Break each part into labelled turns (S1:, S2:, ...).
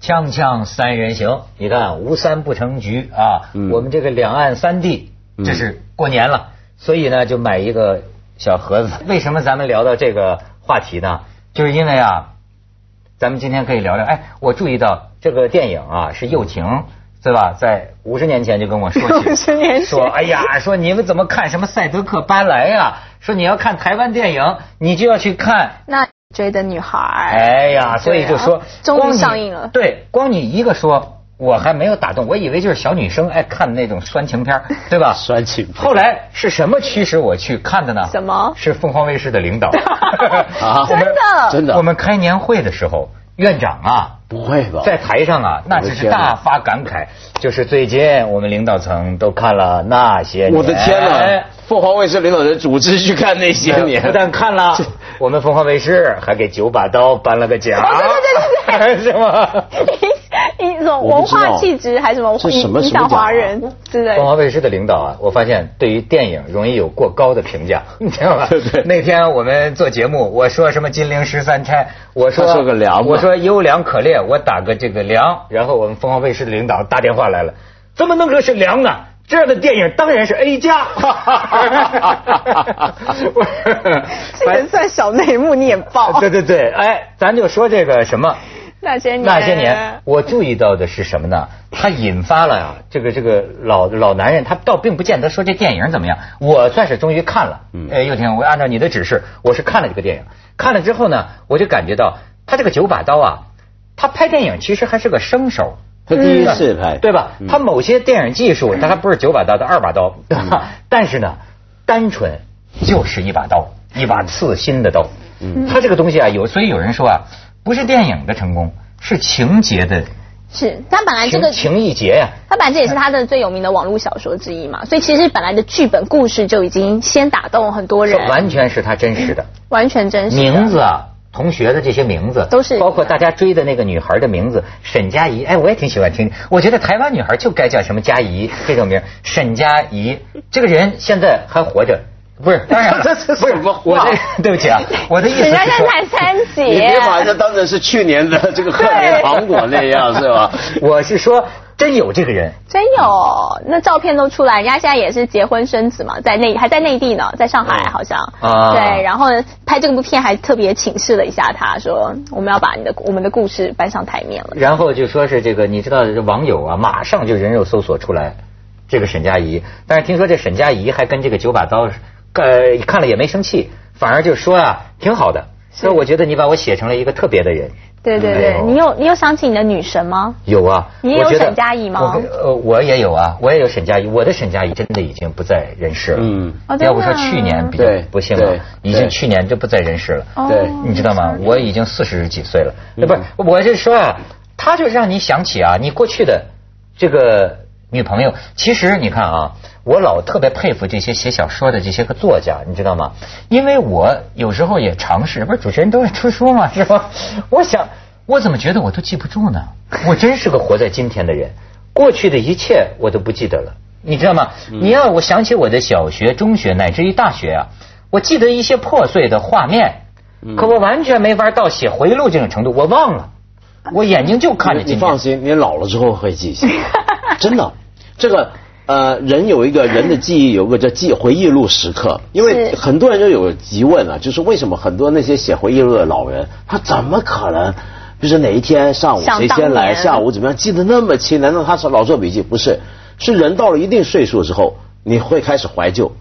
S1: 锵锵三人行，你看无三不成局啊！
S2: 嗯
S1: 我们这个两岸三地，
S2: 嗯
S1: 这是过年了，所以呢就买一个小盒子。为什么咱们聊到这个话题呢？就是因为啊，咱们今天可以聊聊。哎，我注意到这个电影啊是右晴，对吧？在五十年前就跟我说 起，
S3: 50年前
S1: 说哎呀，说你们怎么看什么赛德克巴莱呀、说你要看台湾电影，你就要去看
S3: 那追的女孩，啊
S1: 哎呀，所以就说
S3: 终于
S1: 光你
S3: 上映了
S1: 对，光你一个说，我还没有打动，我以为就是小女生爱哎看那种酸情 片儿，对吧？
S2: 啊酸情片
S1: 后来是什么驱使我去看的呢？
S3: 什么
S1: 是凤凰卫视的 领导。啊
S3: 真的
S2: 真的
S1: 我们开年会的时候，院长啊。
S2: 不会吧？
S1: 在台上啊，那只是大发感慨，就是最近我们领导层都看了那些年，
S2: 我的天呐！凤凰卫视领导人组织去看那些年，
S1: 不哎 但看了
S2: 这，
S1: 我们凤凰卫视还给九把刀颁了个奖，
S2: 哦
S1: 对对对对 是吗？
S3: 一种
S2: 我
S3: 文
S2: 不知道
S3: 化气质还是什么
S2: 这什么
S3: 影影
S2: 什么奖啊
S3: 响华人之类
S1: 凤
S3: 的。
S1: 凰卫视的领导啊，我发现对于电影容易有过高的评 价，你知道吧？
S2: 对对
S1: 那天我们做节目，我说什么金陵十三钗，我说
S2: 他说个啊良嘛
S1: 我说优良可烈，我打个这个良，然后我们凤凰卫视的领导打电话来了，怎么能说是良呢？这样的电影当然是 A 加， 我
S3: 这个算小内幕，你也爆
S1: 对对对，哎，咱就说这个什么。
S3: 那些年，
S1: 那些年，，我注意到的是什么呢？它引发了啊，这个这个老老男人，他倒并不见得说这电影怎么样。我算是终于看了，
S2: 嗯
S1: 呃，又婷，我按照你的指示，我是看了这个电影。看了之后呢，我就感觉到他这个九把刀啊，他拍电影其实还是个生手。
S2: 他第一次拍，
S1: 对吧？
S2: 嗯
S1: 他某些电影技术，他还不是九把刀，他二把刀，对吧？ 但是呢，单纯就是一把刀，一把刺心的刀。
S2: 嗯
S1: 他这个东西啊，有所以有人说啊，不是电影的成功，是情节的
S3: 是他本来哎这
S1: 情
S3: 个
S1: 情意结呀。
S3: 他本来这也是他的最有名的网络小说之一嘛，所以其实本来的剧本故事就已经先打动很多
S1: 这
S3: 人，
S1: 完全是他真实的
S3: 完全真实的。
S1: 名字啊，同学的这些名字
S3: 都是
S1: 包括大家追的那个女孩的名字，沈佳宜。哎，我也挺喜欢听，我觉得台湾女孩就该叫什么佳宜这种名。沈佳宜这个人现在还活着，不是？当然
S2: 这是
S1: 不是
S2: 什么话
S1: 我的对不起啊，我的意思是
S3: 人家在
S1: 说，
S3: 谈三 姐，
S2: 你别把这当成是去年的这个贺年糖果那样是吧？
S1: 呃我是说真有这个人，
S3: 真有，那照片都出来，人家现在也是结婚生子嘛，在内还在内地呢，在上海好像。
S1: 啊
S3: 对，然后拍这部片还特别请示了一下他，说我们要把你的我们的故事搬上台面了。
S1: 然后就说是这个，你知道这网友啊，马上就人肉搜索出来这个沈佳宜。但是听说这沈佳宜还跟这个九把刀，呃，看了也没生气，反而就说啊，挺好的。所以我觉得你把我写成了一个特别的人。
S3: 对对对，
S1: 哎呦
S3: 你有你有想起你的女神吗？
S1: 有啊，
S3: 你也有
S1: 我觉得
S3: 沈佳宜吗
S1: 我呃，我也有啊，我也有沈佳宜。我的沈佳宜真的已经不在人世了。
S2: 嗯
S3: 哦真的啊
S1: 要不说去年比较
S2: 对
S1: 不幸
S2: 对
S1: 了，已经
S2: 对
S1: 去年就不在人世了。
S2: 对
S3: 啊哦
S1: 你知道吗？我已经四十几岁了，呃不是，我是说啊，他就让你想起啊，你过去的这个女朋友。其实你看啊，我老特别佩服这些写小说的这些个作家，你知道吗？因为我有时候也尝试，不是主持人都是出书嘛，是吧？我想，我怎么觉得我都记不住呢？我真是个活在今天的人，过去的一切我都不记得了。你知道吗？你要我想起我的小学、中学乃至于大学啊，我记得一些破碎的画面，
S2: 嗯
S1: 可我完全没法到写回忆录这种程度，我忘了，
S3: 嗯
S1: 我眼睛就看着
S2: 你
S1: 今
S2: 你
S1: 天
S2: 放。心，你老了之后会记 性，真的。这个呃，人有一个人的记忆，有个叫记回忆录时刻，因为
S3: 是
S2: 很多人就有疑问啊，就是为什么很多那些写回忆录的老人，他怎么可能？就是哪一天上午
S3: 想
S2: 谁
S3: 当
S2: 先来，
S3: 年
S2: 下午怎么样，记得那么清？难道他是老做笔记？不是，是人到了一定岁数之后，你会开始怀旧，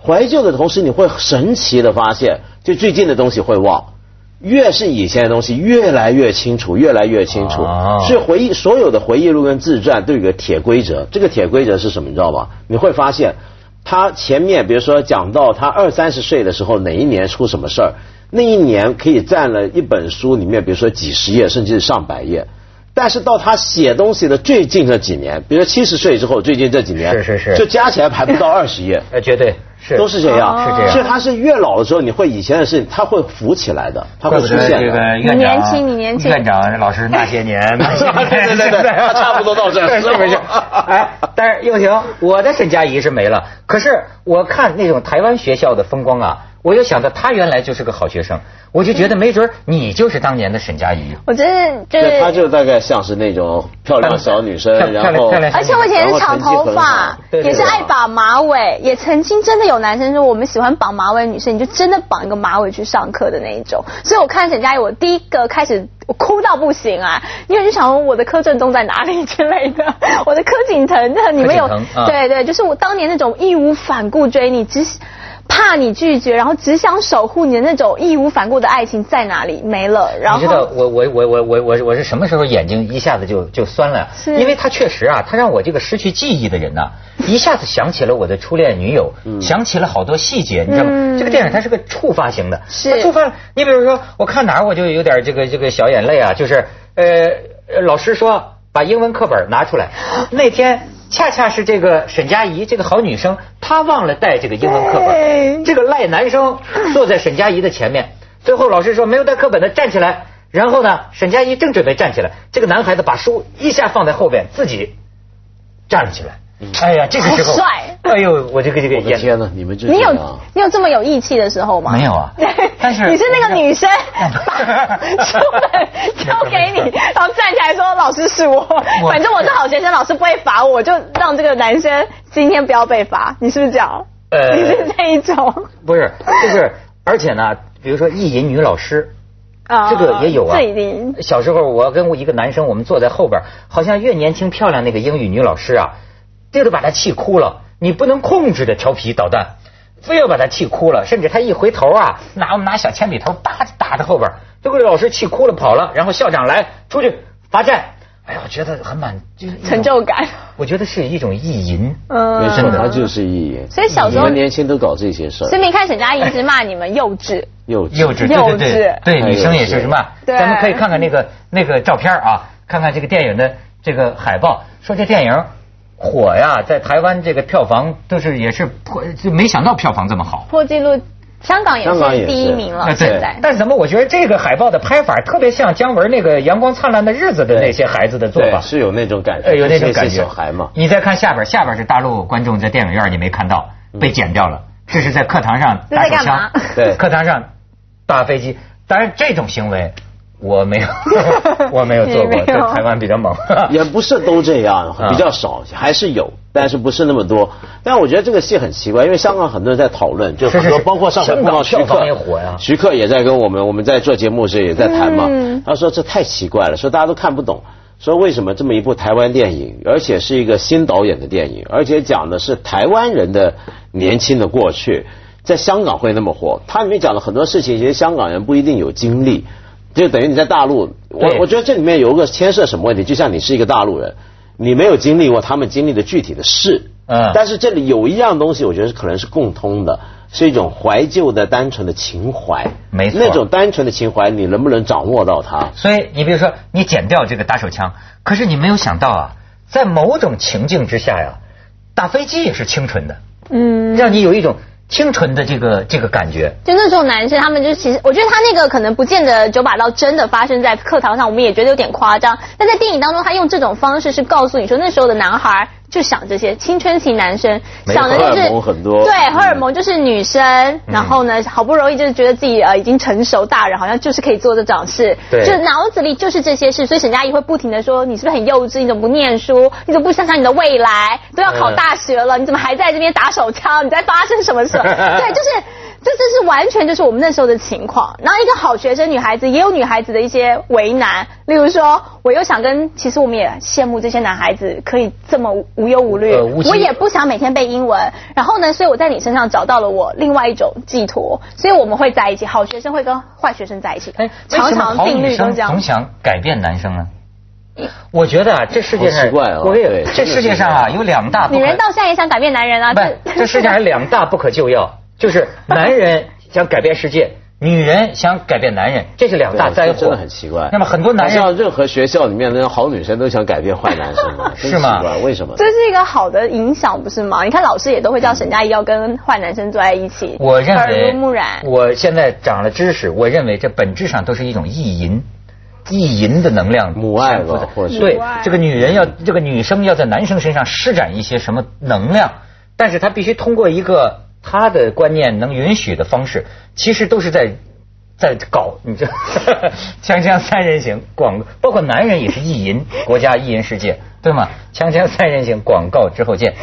S2: 怀旧的同时，你会神奇的发现，就最近的东西会忘，越是以前的东西越来越清楚，越来越清楚
S1: 哦。
S2: 是回忆所有的回忆录跟自传都有个铁规则，这个铁规则是什么？你知道吗？你会发现，他前面比如说讲到他二三十岁的时候，哪一年出什么事儿，那一年可以占了一本书里面，比如说几十页甚至是上百页。但是到他写东西的最近这几年，比如七十岁之后，最近这几年
S1: 是是是
S2: 就加起来还不到二十页。
S1: 呃，绝对是
S2: 都是这样，
S1: 是这样。
S2: 所以他是越老的时候，你会以前的事情，他会浮起来的，他会
S1: 怪不
S2: 出
S1: 得
S2: 现的。
S1: 这个院长，
S3: 你年轻你年轻
S1: 院长老师那些 年，那些年
S2: 对对对对他差不多到这儿
S1: 是不是？哎，但是又婷，我的沈佳宜是没了，可是我看那种台湾学校的风光啊，我就想到他原来就是个好学生，我就觉得没准儿你就是当年的沈佳宜。
S3: 我真是就
S2: 那她
S3: 是，
S2: 就大概像是那种漂亮小女生
S1: 漂，亮
S2: 然后
S1: 漂亮
S3: 而且我以前是长头
S2: 然后成绩很好
S3: 发，
S1: 对对
S3: 也是
S1: 对
S3: 爱绑马尾，也曾经真的有男生说我们喜欢绑马尾女生，你就真的绑一个马尾去上课的那一种。所以我看沈佳宜，我第一个开始我哭到不行啊，因为我就想问我的柯震东在哪里之类的，我的柯景腾，这你们有
S1: 柯景腾啊
S3: 对对，就是我当年那种义无反顾追你，只怕你拒绝，然后只想守护你的那种义无反顾的爱情在哪里没了，然
S1: 你知道
S3: 后。
S1: 我我我我我我我是什么时候眼睛一下子就就酸了？
S3: 是
S1: 因为他确实啊，他让我这个失去记忆的人呐、一下子想起了我的初恋女友，想起了好多细节，你知道吗？
S3: 嗯
S1: 这个电影它是个触发型的，
S3: 是
S1: 它触发了。你比如说，我看哪儿我就有点这个这个小眼泪啊，就是呃，呃老师说把英文课本拿出来，那天。恰恰是这个沈佳宜这个好女生，她忘了带这个英文课本
S3: 对，
S1: 这个赖男生坐在沈佳宜的前面，最后老师说没有带课本的站起来，然后呢，沈佳宜正准备站起来，这个男孩子把书一下放在后边，自己站了起来。哎呀，这个时候，
S3: 好帅
S1: 哎呦，我这个这个
S2: 嗯我的
S1: 眼
S2: 天哪，你们这
S3: 你有
S2: 这样
S3: 你有这么有义气的时候吗？
S1: 啊没有 啊但是
S3: 你是那个女生，
S1: 哎
S3: 把 书本交给 你，然后站起来说：“老师是我，
S1: 我
S3: 反正我是好学生，老师不会罚我，就让这个男生今天不要被罚。”你是不是这样？
S1: 呃
S3: 你是那一种
S1: 不是，就是而且呢，比如说意淫女老师，
S3: 啊
S1: 这个也有啊。
S3: 这一定
S1: 小时候我跟我一个男生，我们坐在后边儿，好像越年轻漂亮那个英语女老师啊，这都把她气哭了。你不能控制的调皮捣蛋，非要把她气哭了。甚至她一回头啊，拿我们拿小铅笔头叭就打她后边儿，这个老师气哭了跑了。然后校长来出去罚站。哎呀，我觉得很满，就是一种
S3: 成就感。
S1: 我觉得是一种意淫。
S3: 嗯
S2: 没错，
S1: 真的
S2: 她就是意淫。
S3: 所以小时候
S2: 你们年轻都搞这些事儿，
S3: 所以你看沈佳宜一直骂你们幼稚，
S2: 幼稚
S1: 幼稚，
S3: 幼
S1: 对
S3: 稚
S1: 对对，对女生也是什么？
S3: 对
S1: 咱们可以看看那个那个照片啊，看看这个电影的这个海报，说这电影火呀，在台湾这个票房都是也是破，就没想到票房这么好。
S3: 破纪录，香港也
S2: 香港也是
S3: 是第一名了
S1: 啊，对
S3: 现在，。
S1: 但是怎么我觉得这个海报的拍法特别像姜文那个《阳光灿烂的日子》的那些孩子的做
S2: 对
S1: 法，
S2: 是有那种感
S1: 呃，
S2: 觉，
S1: 有那
S2: 这
S1: 种
S2: 些
S1: 感觉。
S2: 小孩嘛，
S1: 你再看下边，下边是大陆观众在电影院你没看到，被剪掉了。这是在课堂上
S3: 这
S1: 打
S3: 在
S1: 手
S3: 干
S1: 枪
S3: 嘛，
S2: 嗯对
S1: 课堂上打飞机。当然这种行为我没 有，我没有做
S3: 你没
S1: 过，
S3: 有
S1: 在台湾比较猛。
S2: 也不是都这样
S1: 啊，
S2: 比较少，还是有，但是不是那么多。但我觉得这个戏很奇怪，因为香港很多人在讨论，就
S1: 是
S2: 是很多
S1: 是
S2: 包括上回
S1: 香
S2: 碰
S1: 港
S2: 到徐
S1: 票房
S2: 克
S1: 也火呀
S2: 徐克也在跟我们我们在做节目时也在谈嘛
S3: 嗯，
S2: 他说这太奇怪了，说大家都看不懂。说为什么这么一部台湾电影，而且是一个新导演的电影，而且讲的是台湾人的年轻的过去，在香港会那么火？它里面讲了很多事情，其实香港人不一定有经历，就等于你在大陆，我
S1: 对
S2: 我觉得这里面有一个牵涉什么问题，就像你是一个大陆人，你没有经历过他们经历的具体的事，
S1: 嗯
S2: 但是这里有一样东西，我觉得是可能是共通的，是一种怀旧的单纯的情怀，
S1: 没错
S2: 那种单纯的情怀，你能不能掌握到它？
S1: 所以你比如说，你剪掉这个打手枪，可是你没有想到啊，在某种情境之下呀，打飞机也是清纯的，
S3: 嗯。
S1: 让你有一种清纯的这个这个感觉。
S3: 就那种男生，他们就其实，我觉得他那个可能不见得九把刀真的发生在课堂上，我们也觉得有点夸张。但在电影当中，他用这种方式是告诉你说，那时候的男孩就想这些青春期男生
S2: 没
S3: 想的就
S2: 荷尔
S3: 是
S2: 蒙很多嗯
S3: 对荷尔蒙就是女生，然后呢，好不容易就是觉得自己呃已经成熟大人，好像就是可以做这种事，
S1: 对
S3: 就脑子里就是这些事，所以沈佳宜会不停的说，你是不是很幼稚？你怎么不念书？你怎么不想想你的未来？啊
S1: 哎
S3: 都要考大学了，你怎么还在这边打手枪？你在发生什么 事？对，就是这这是完全就是我们那时候的情况。然后一个好学生女孩子也有女孩子的一些为难，例如说，我又想跟，其实我们也羡慕这些男孩子可以这么无忧无虑，
S1: 呃无心
S3: 我也不想每天背英文。然后呢，所以我在你身上找到了我另外一种寄托，所以我们会在一起，好学生会跟坏学生在一起，
S1: 哎，为
S3: 常
S1: 什么
S3: 常
S1: 好
S3: 定
S1: 女
S3: 律都
S1: 生
S3: 这样
S1: 总。想改变男生呢？我觉得啊，这世界上
S2: 好奇怪哦
S1: 我
S2: 对
S1: 也
S2: 真的
S1: 这世界上啊
S2: 是这样
S1: 有两大不
S3: 女
S1: 可
S3: 人到现在也想改变男人啊，
S1: 不是，这世界上有两大不可救药，就是男人想改变世界，女人想改变男人，这是两大灾
S2: 对
S1: 祸，
S2: 这真的很奇怪。
S1: 那么很多男
S2: 好像
S1: 人
S2: 任何学校里面的好女生都想改变坏男生嘛，真
S1: 是吗
S2: 奇怪为什么？
S3: 这是一个好的影响，不是吗？你看老师也都会叫沈佳宜要跟坏男生坐在一起，
S1: 我认
S3: 耳
S1: 为
S3: 濡目染，
S1: 我现在长了知识，我认为这本质上都是一种意淫，意淫的能量，
S2: 母爱吧
S1: 潜伏的
S2: 或者
S1: 对
S3: 母爱
S1: 这个女人要，这个女生要在男生身上施展一些什么能量，但是她必须通过一个。他的观念能允许的方式，其实都是在在搞，你知道， 锵锵三人行广，包括男人也是意淫，国家意淫世界，对吗？锵锵三人行广告之后见。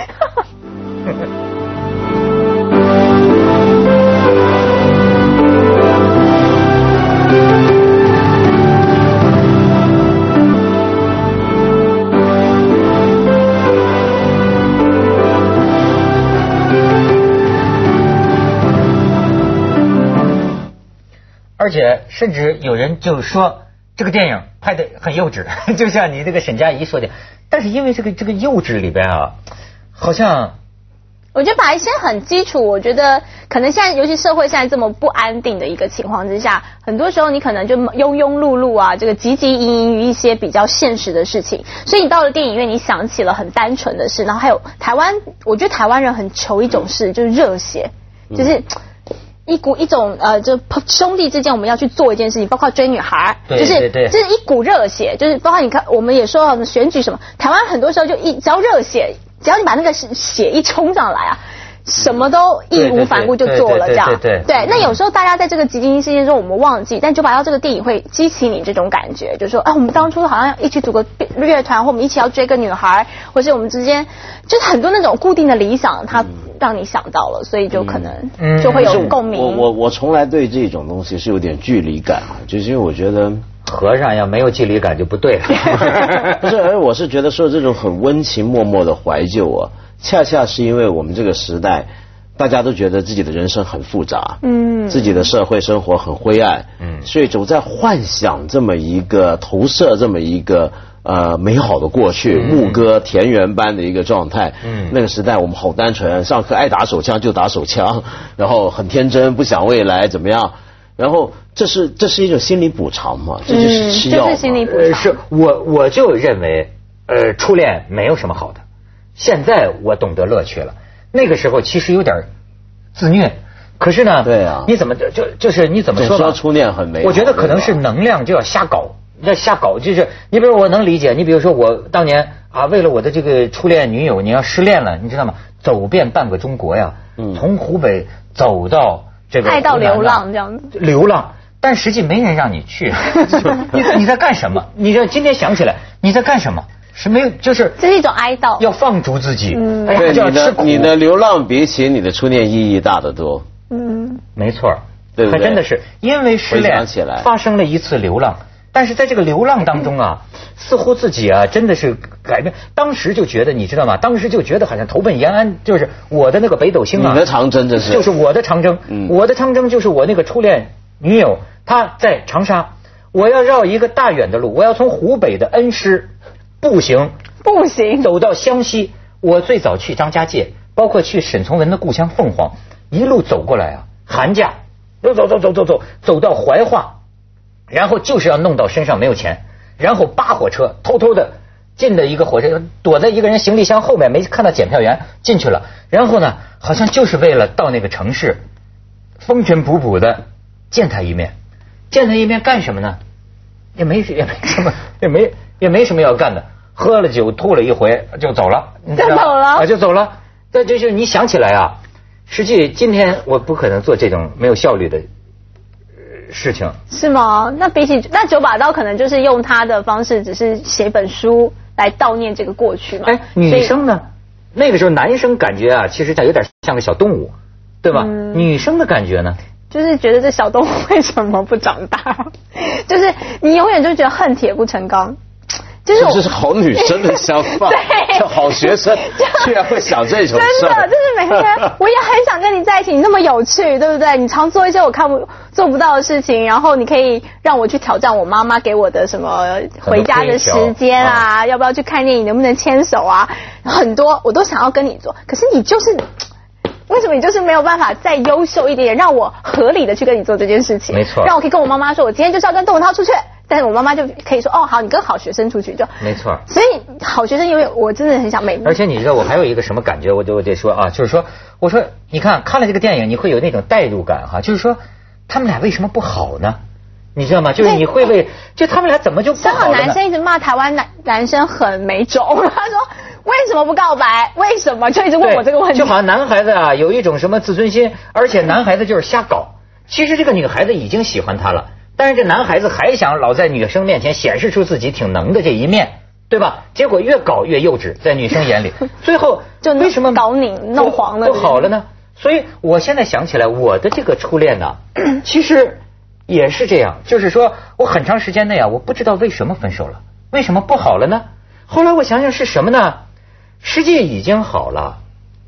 S1: 而且甚至有人就说这个电影拍的很幼稚， 就像你这个沈佳宜说的。但是因为这个这个幼稚里边啊，好像
S3: 我觉得把一些很基础，我觉得可能现在，尤其社会现在这么不安定的一个情况之下，很多时候你可能就庸庸碌碌啊，这个汲汲营营于一些比较现实的事情，所以你到了电影院，你想起了很单纯的事，然后还有台湾，我觉得台湾人很求一种事，就是热血，就是。
S1: 嗯
S3: 一股一种呃，就兄弟之间我们要去做一件事情，包括追女孩，
S1: 对
S3: 就是
S1: 对对
S3: 就是一股热血，就是包括你看，我们也说我们选举什么，台湾很多时候就一只要热血，只要你把那个血一冲上来啊，什么都义无反顾就做了这样。
S1: 对对对对对
S3: 那有时候大家在这个集精事件中，我们忘记，但九把刀这个电影会激起你这种感觉，就是说啊，我们当初好像一起组个乐团，或我们一起要追个女孩，或是我们之间就是很多那种固定的理想，它让你想到了，所以就可能
S1: 嗯
S3: 就会
S2: 就
S3: 有
S2: 嗯是
S3: 共鸣。
S2: 我我我从来对这种东西是有点距离感啊，就是因为我觉得。
S1: 和尚要没有距离感就不对 了。
S2: 不是，而我是觉得说这种很温情脉脉的怀旧啊，恰恰是因为我们这个时代，大家都觉得自己的人生很复杂，
S3: 嗯
S2: 自己的社会生活很灰暗，
S1: 嗯
S2: 所以总在幻想这么一个投射这么一个呃美好的过去，牧歌田园般的一个状态，
S1: 嗯
S2: 那个时代我们好单纯，啊上课爱打手枪就打手枪，然后很天真，不想未来怎么样。然后这是这是一种心理补偿嘛，这就是
S3: 嗯
S2: 吃
S3: 这
S2: 药嘛、
S3: 是心理补
S1: 呃，是我我就认为，呃，初恋没有什么好的。现在我懂得乐趣了，那个时候其实有点自虐。可是呢，
S2: 对啊
S1: 你怎么就就就是你怎么说
S2: 总
S1: 吧？
S2: 说初恋很美好
S1: 我觉得可能是
S2: 对吧
S1: 能量就要瞎搞，要瞎搞就是你比如我能理解，你比如说我当年啊，为了我的这个初恋女友，你要失恋了，你知道吗？走遍半个中国呀，
S2: 嗯
S1: 从湖北走到这个
S3: 爱到
S1: 湖南啊
S3: 流
S1: 呐
S3: 浪这样子。
S1: 流浪，但实际没人让你 去，你在你在干什么？你这今天想起来你在干什么？是没有，就是
S3: 这是一种哀悼
S1: 要放逐自己，
S3: 嗯
S1: 哎呀，
S2: 对
S1: 就要
S2: 你
S1: 吃
S2: 的
S1: 苦，
S2: 你的流浪比起你的初恋意义大得多。
S3: 嗯，
S1: 没错儿，
S2: 对不对
S1: 还真的是因为失
S2: 回
S1: 恋
S2: 想起来
S1: 发生了一次流浪，但是在这个流浪当中啊，似乎自己啊真的是改变，当时就觉得你知道吗？当时就觉得好像投奔延安，就是我的那个北斗星啊，
S2: 你的长征真是
S1: 就是我的长征，
S2: 嗯
S1: 我的长征就是我那个初恋女友，她在长沙，我要绕一个大远的路，我要从湖北的恩施步行
S3: 不行，
S1: 走到湘西，我最早去张家界，包括去沈从文的故乡凤凰，一路走过来啊，寒假走走走走走走走到怀化，然后就是要弄到身上没有钱，然后扒火车，偷偷的进的一个火车，躲在一个人行李箱后面，没看到检票员进去了，然后呢，好像就是为了到那个城市，风尘仆仆的见他一面，见他一面干什么呢？也没也没什么，也没也没什么要干的，喝了酒吐了一回就走了，你知道吗
S3: 就走了
S1: 啊，就走了。那这就是你想起来啊，实际今天我不可能做这种没有效率的呃事情。
S3: 是吗？那比起那九把刀，可能就是用他的方式，只是写一本书来悼念这个过去嘛。
S1: 哎，女生呢？那个时候男生感觉啊，其实他有点像个小动物，对吧？
S3: 嗯
S1: 女生的感觉呢？
S3: 就是觉得这小动物为什么不长大？ 就是你永远就觉得恨铁不成钢，就是我
S2: 这是好女生的 想法
S3: 对，
S2: 这好学 生居然会想这种事
S3: 真
S2: 儿
S3: 的，就是每天我也很想跟你在一起，你那么有趣，对不对？你常做一些我看不做不到的事情，然后你可以让我去挑战我妈妈给我的什么回家的时间
S1: 嗯
S3: 啊，要不要去看电影，能不能牵手啊，很多我都想要跟你做，可是你就是。为什么你就是没有办法再优秀一点点，让我合理的去跟你做这件事情？
S1: 没错
S3: 让我可以跟我妈妈说，我今天就是要跟窦文涛出去，但是我妈妈就可以说，哦，好，你跟好学生出去就。
S1: 没错。
S3: 所以好学生永远，我真的很想每
S1: 而且你知道我还有一个什么感觉，我得我得说啊，就是说，我说你看看了这个电影，你会有那种代入感哈、就是说他们俩为什么不好呢？你知道吗？就是你会为就他们俩怎么就不
S3: 正好
S1: 好了呢
S3: 男生一直骂台湾男男生很没种，他说为什么不告白？为什么就一直问我这个问题？
S1: 就好像男孩子啊，有一种什么自尊心，而且男孩子就是瞎搞。其实这个女孩子已经喜欢他了，但是这男孩子还想老在女生面前显示出自己挺能的这一面，对吧？结果越搞越幼稚，在女生眼里， 最后
S3: 就弄
S1: 为什么
S3: 搞你弄黄了
S1: 不好了呢？所以我现在想起来，我的这个初恋呢、嗯其实也是这样，就是说我很长时间内啊，我不知道为什么分手了，为什么不好了呢？后来我想想是什么呢？世界已经好了，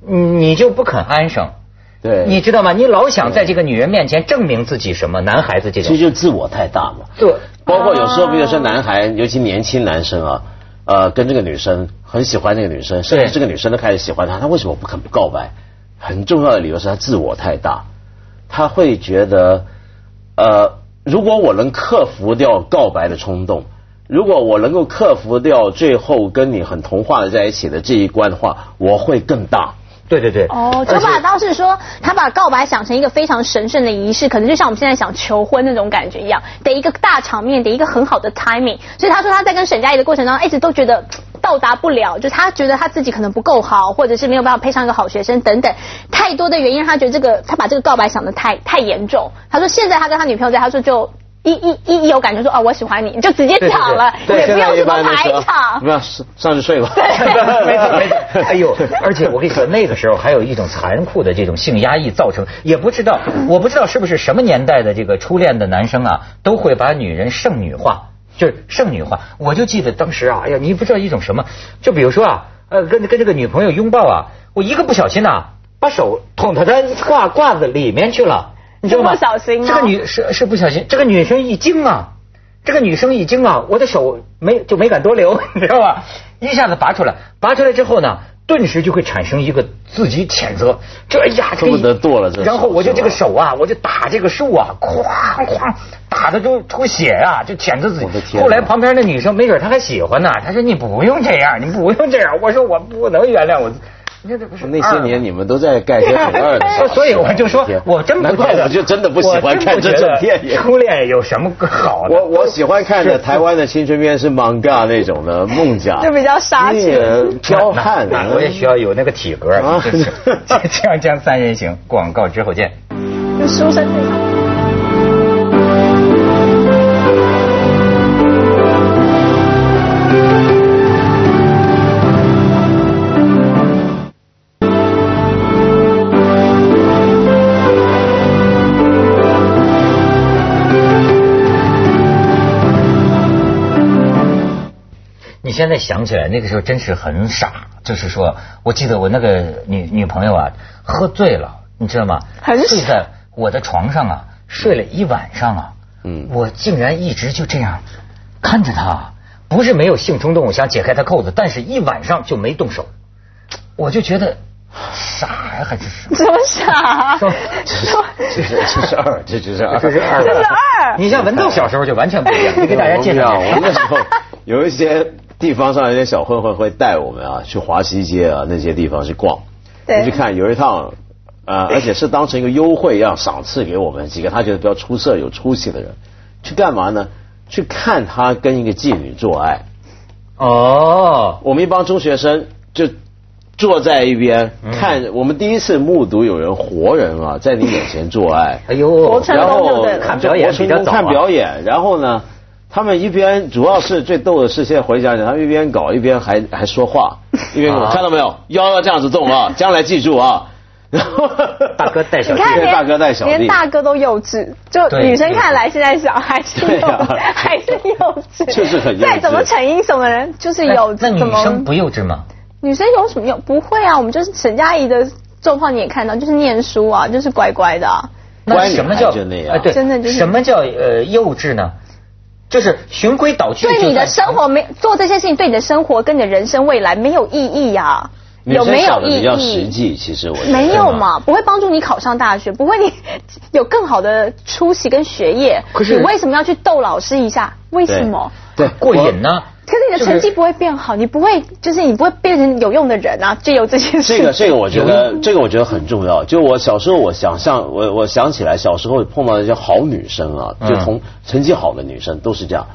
S1: 嗯你就不肯安生。
S2: 对
S1: 你知道吗？你老想在这个女人面前证明自己什么，男孩子这
S2: 其
S1: 种，
S2: 实就自我太大了。
S1: 对，
S2: 包括有时候，比如说男孩，尤其年轻男生啊，呃，跟这个女生很喜欢这个女生，甚至这个女生都开始喜欢他，他为什么不肯告白？很重要的理由是他自我太大，他会觉得，呃，如果我能克服掉告白的冲动，如果我能够克服掉最后跟你很童话的在一起的这一关的话，我会更大。
S1: 对对对，
S3: 哦，就把当时说他把告白想成一个非常神圣的仪式，可能就像我们现在想求婚那种感觉一样，得一个大场面，得一个很好的 timing。所以他说他在跟沈佳宜的过程当中，一直都觉得嘖到达不了，就他觉得他自己可能不够好，或者是没有办法配上一个好学生等等，太多的原因，他觉得这个他把这个告白想的太太严重。他说现在他跟他女朋友在，他说就。一一一一有感觉说哦我喜欢你，你就直接讲了，
S2: 对，
S3: 也
S2: 现
S3: 不
S2: 在
S3: 用
S2: 一
S3: 什么
S2: 般都
S3: 排
S2: 说
S3: 场。
S2: 没有上上去睡吧。
S1: 没错没错，哎呦，而且我跟你说，那个时候还有一种残酷的这种性压抑造成，也不知道，我不知道是不是什么年代的这个初恋的男生啊，都会把女人剩女化，就是剩女化。我就记得当时啊，哎呀，你不知道一种什么，就比如说啊，呃，跟跟这个女朋友拥抱啊，我一个不小心呐、把手捅到她褂褂子里面去了，你知道吗？
S3: 是不小心吗啊
S1: 这个女是是不小心，这个女生一惊啊。这个女生一惊啊，我的手没就没敢多留， 你知道吧？一下子拔出来，拔出来之后呢，顿时就会产生一个自己谴责，这哎呀，
S2: 恨不得剁了这手
S1: 然后我就这个
S2: 是吧
S1: 手啊，我就打这个树啊，哐哐打的都出血啊，就谴责自
S2: 我的
S1: 己。
S2: 天哪
S1: 后来旁边那女生没准她还喜欢呢，她说你不用这样，你不用这样。我说我不能原谅我自，你看这不是
S2: 那些
S1: 二吗
S2: 年你们都在干些很二的事情，
S1: 所以我就说，我真不
S2: 难
S1: 觉
S2: 怪
S1: 得，
S2: 我就真的不喜欢看这种
S1: 我真
S2: 电
S1: 不觉得
S2: 影。
S1: 初恋有什么好的？
S2: 我我喜欢看的台湾的青春片是 manga 那 种的梦甲，
S3: 就比较杀气
S2: 那个彪悍啊
S1: 那
S2: 的
S1: 那。我也需要有那个体格。
S2: 啊
S1: 真 是锵锵三人行，广告之后见。
S3: 就书生这场。
S1: 你现在想起来，那个时候真是很傻。就是说，我记得我那个女女朋友啊，喝醉了，你知道吗？
S3: 很傻
S1: 睡在我的床上啊，睡了一晚上啊。
S2: 嗯
S1: 我竟然一直就这样看着她，啊不是没有性冲动，我想解开她扣子，但是一晚上就没动手。我就觉得傻呀，还是 傻。
S3: 怎么傻？
S1: 说
S3: 说
S2: 这是这是二，这 就是二，
S1: 这是二，
S3: 这是二
S1: 你像文豆小时候就完全不一样，你给大家介绍
S2: 我
S1: 一
S2: 们那
S1: 下。
S2: 时候有一些地方上有些小混混会带我们啊去华西街啊那些地方去逛，
S3: 对
S2: 去看有一趟。呃，而且是当成一个优惠要赏赐给我们几个他觉得比较出色、有出息的人，去干嘛呢？去看他跟一个妓女做爱。
S1: 哦，
S2: 我们一帮中学生就坐在一边、
S1: 嗯
S2: 看，我们第一次目睹有人活人啊，在你眼前做爱，
S1: 哎呦，
S3: 国春
S2: 然
S3: 宫就
S2: 后
S3: 对了
S1: 看表演比较早啊
S2: 看表演，然后呢，他们一边主要是最逗的是，现在回想起来，他们一边搞一边还还 说话，一边跟我
S1: 啊
S2: 看到没有，腰要这样子动啊，将来记住啊。然后
S1: 大哥带小
S3: 你
S1: 弟
S3: 看
S2: 对
S3: 连
S2: 大哥带小
S3: 连
S2: 弟，
S3: 大哥都幼稚，就
S1: 对
S3: 女生看来现在小孩是
S2: 对
S3: 幼、
S2: 啊
S3: 还是幼稚，
S2: 就是很幼稚
S3: 对，怎么成因什么人就是
S1: 哎
S3: 幼稚，
S1: 那女
S3: 怎么
S1: 生不幼稚吗？
S3: 女生有什么用？不会啊，我们就是沈佳宜的状况你也看到，就是念书啊，就是乖乖的、啊。
S1: 那什么叫
S2: 乖女孩就那样
S1: 哎对，
S3: 真的就是
S1: 什么叫呃幼稚呢？就是循规蹈矩，
S3: 对你
S1: 就在
S3: 的生活没做这些事情，对你的生活跟你的人生未来没有意义呀、
S2: 女生
S3: 有没
S2: 想
S3: 有
S2: 的
S3: 意
S2: 比较实
S3: 义？
S2: 际，其实我觉得
S3: 没有嘛，不会帮助你考上大学，不会你 有更好的出息跟学业。
S1: 可是
S3: 你为什么要去逗老师一下？为
S2: 对
S3: 什么？
S2: 对
S1: 过瘾呢。
S3: 可是你的成绩不会变好，你不会，就是你不会变成有用的 人啊！借由这件事，
S2: 这个这个我觉 得这个我觉得很重要。就我小时候，我想象我我想起来，小时候碰到一些好女生啊，就
S1: 嗯
S2: 同成绩好的女生都是这样。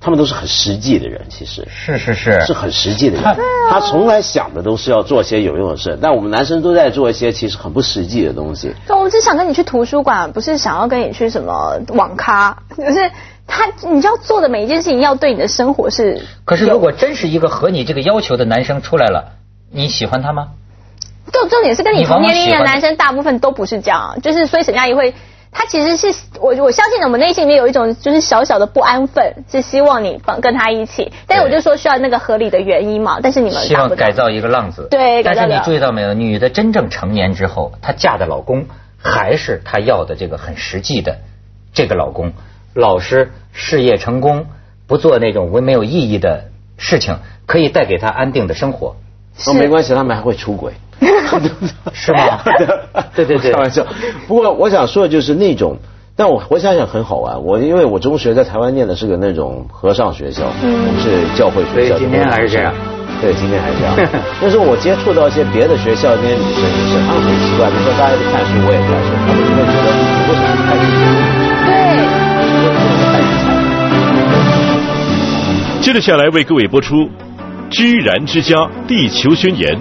S2: 他们都是很实际的人，其实
S1: 是是是
S2: 是很实际的人
S1: 他。
S2: 他从来想的都是要做些有用的事，但我们男生都在做一些其实很不实际的东西。
S3: 对，我只想跟你去图书馆，不是想要跟你去什么网咖，就是他你要做的每一件事情要对你的生活是，
S1: 可是如果真是一个合你这个要求的男生出来了，你喜欢他吗？
S3: 就重点是跟你
S1: 你往
S3: 同
S1: 往
S3: 年龄
S1: 喜
S3: 的
S1: 欢
S3: 男生大部分都不是这样，啊就是所以沈佳宜会。他其实是我，我相信我们内心里面有一种就是小小的不安分，是希望你帮跟他一起，但是我
S1: 对
S3: 就说需要那个合理的原因嘛，但是你们
S1: 希
S3: 达
S1: 望
S3: 不到
S1: 改造一个浪子。
S3: 对改
S1: 但是
S3: 造
S1: 你
S3: 了
S1: 注意到没有，女的真正成年之后，她嫁的老公还是她要的这个很实际的这个老公，老实、事业成功，不做那种没有意义的事情，可以带给她安定的生活，
S2: 哦，没关系，他们还会出轨。哎
S1: 是 吗？ 对对对
S2: 开玩笑。不过我想说的就是那种，但我我想想很好玩。我因为我中学在台湾念的是个那种和尚学校，嗯，是教会学校。
S1: 所以今天还是这样。
S2: 对，今天还是这样。 那时候我接触到一些别的学校那些女生也是，她们很奇怪，比如说大家都看书，我也不看书，她们就会觉得你为什么不看书？
S3: 对。
S4: 接着下来为各位播出《知然之家·地球宣言》。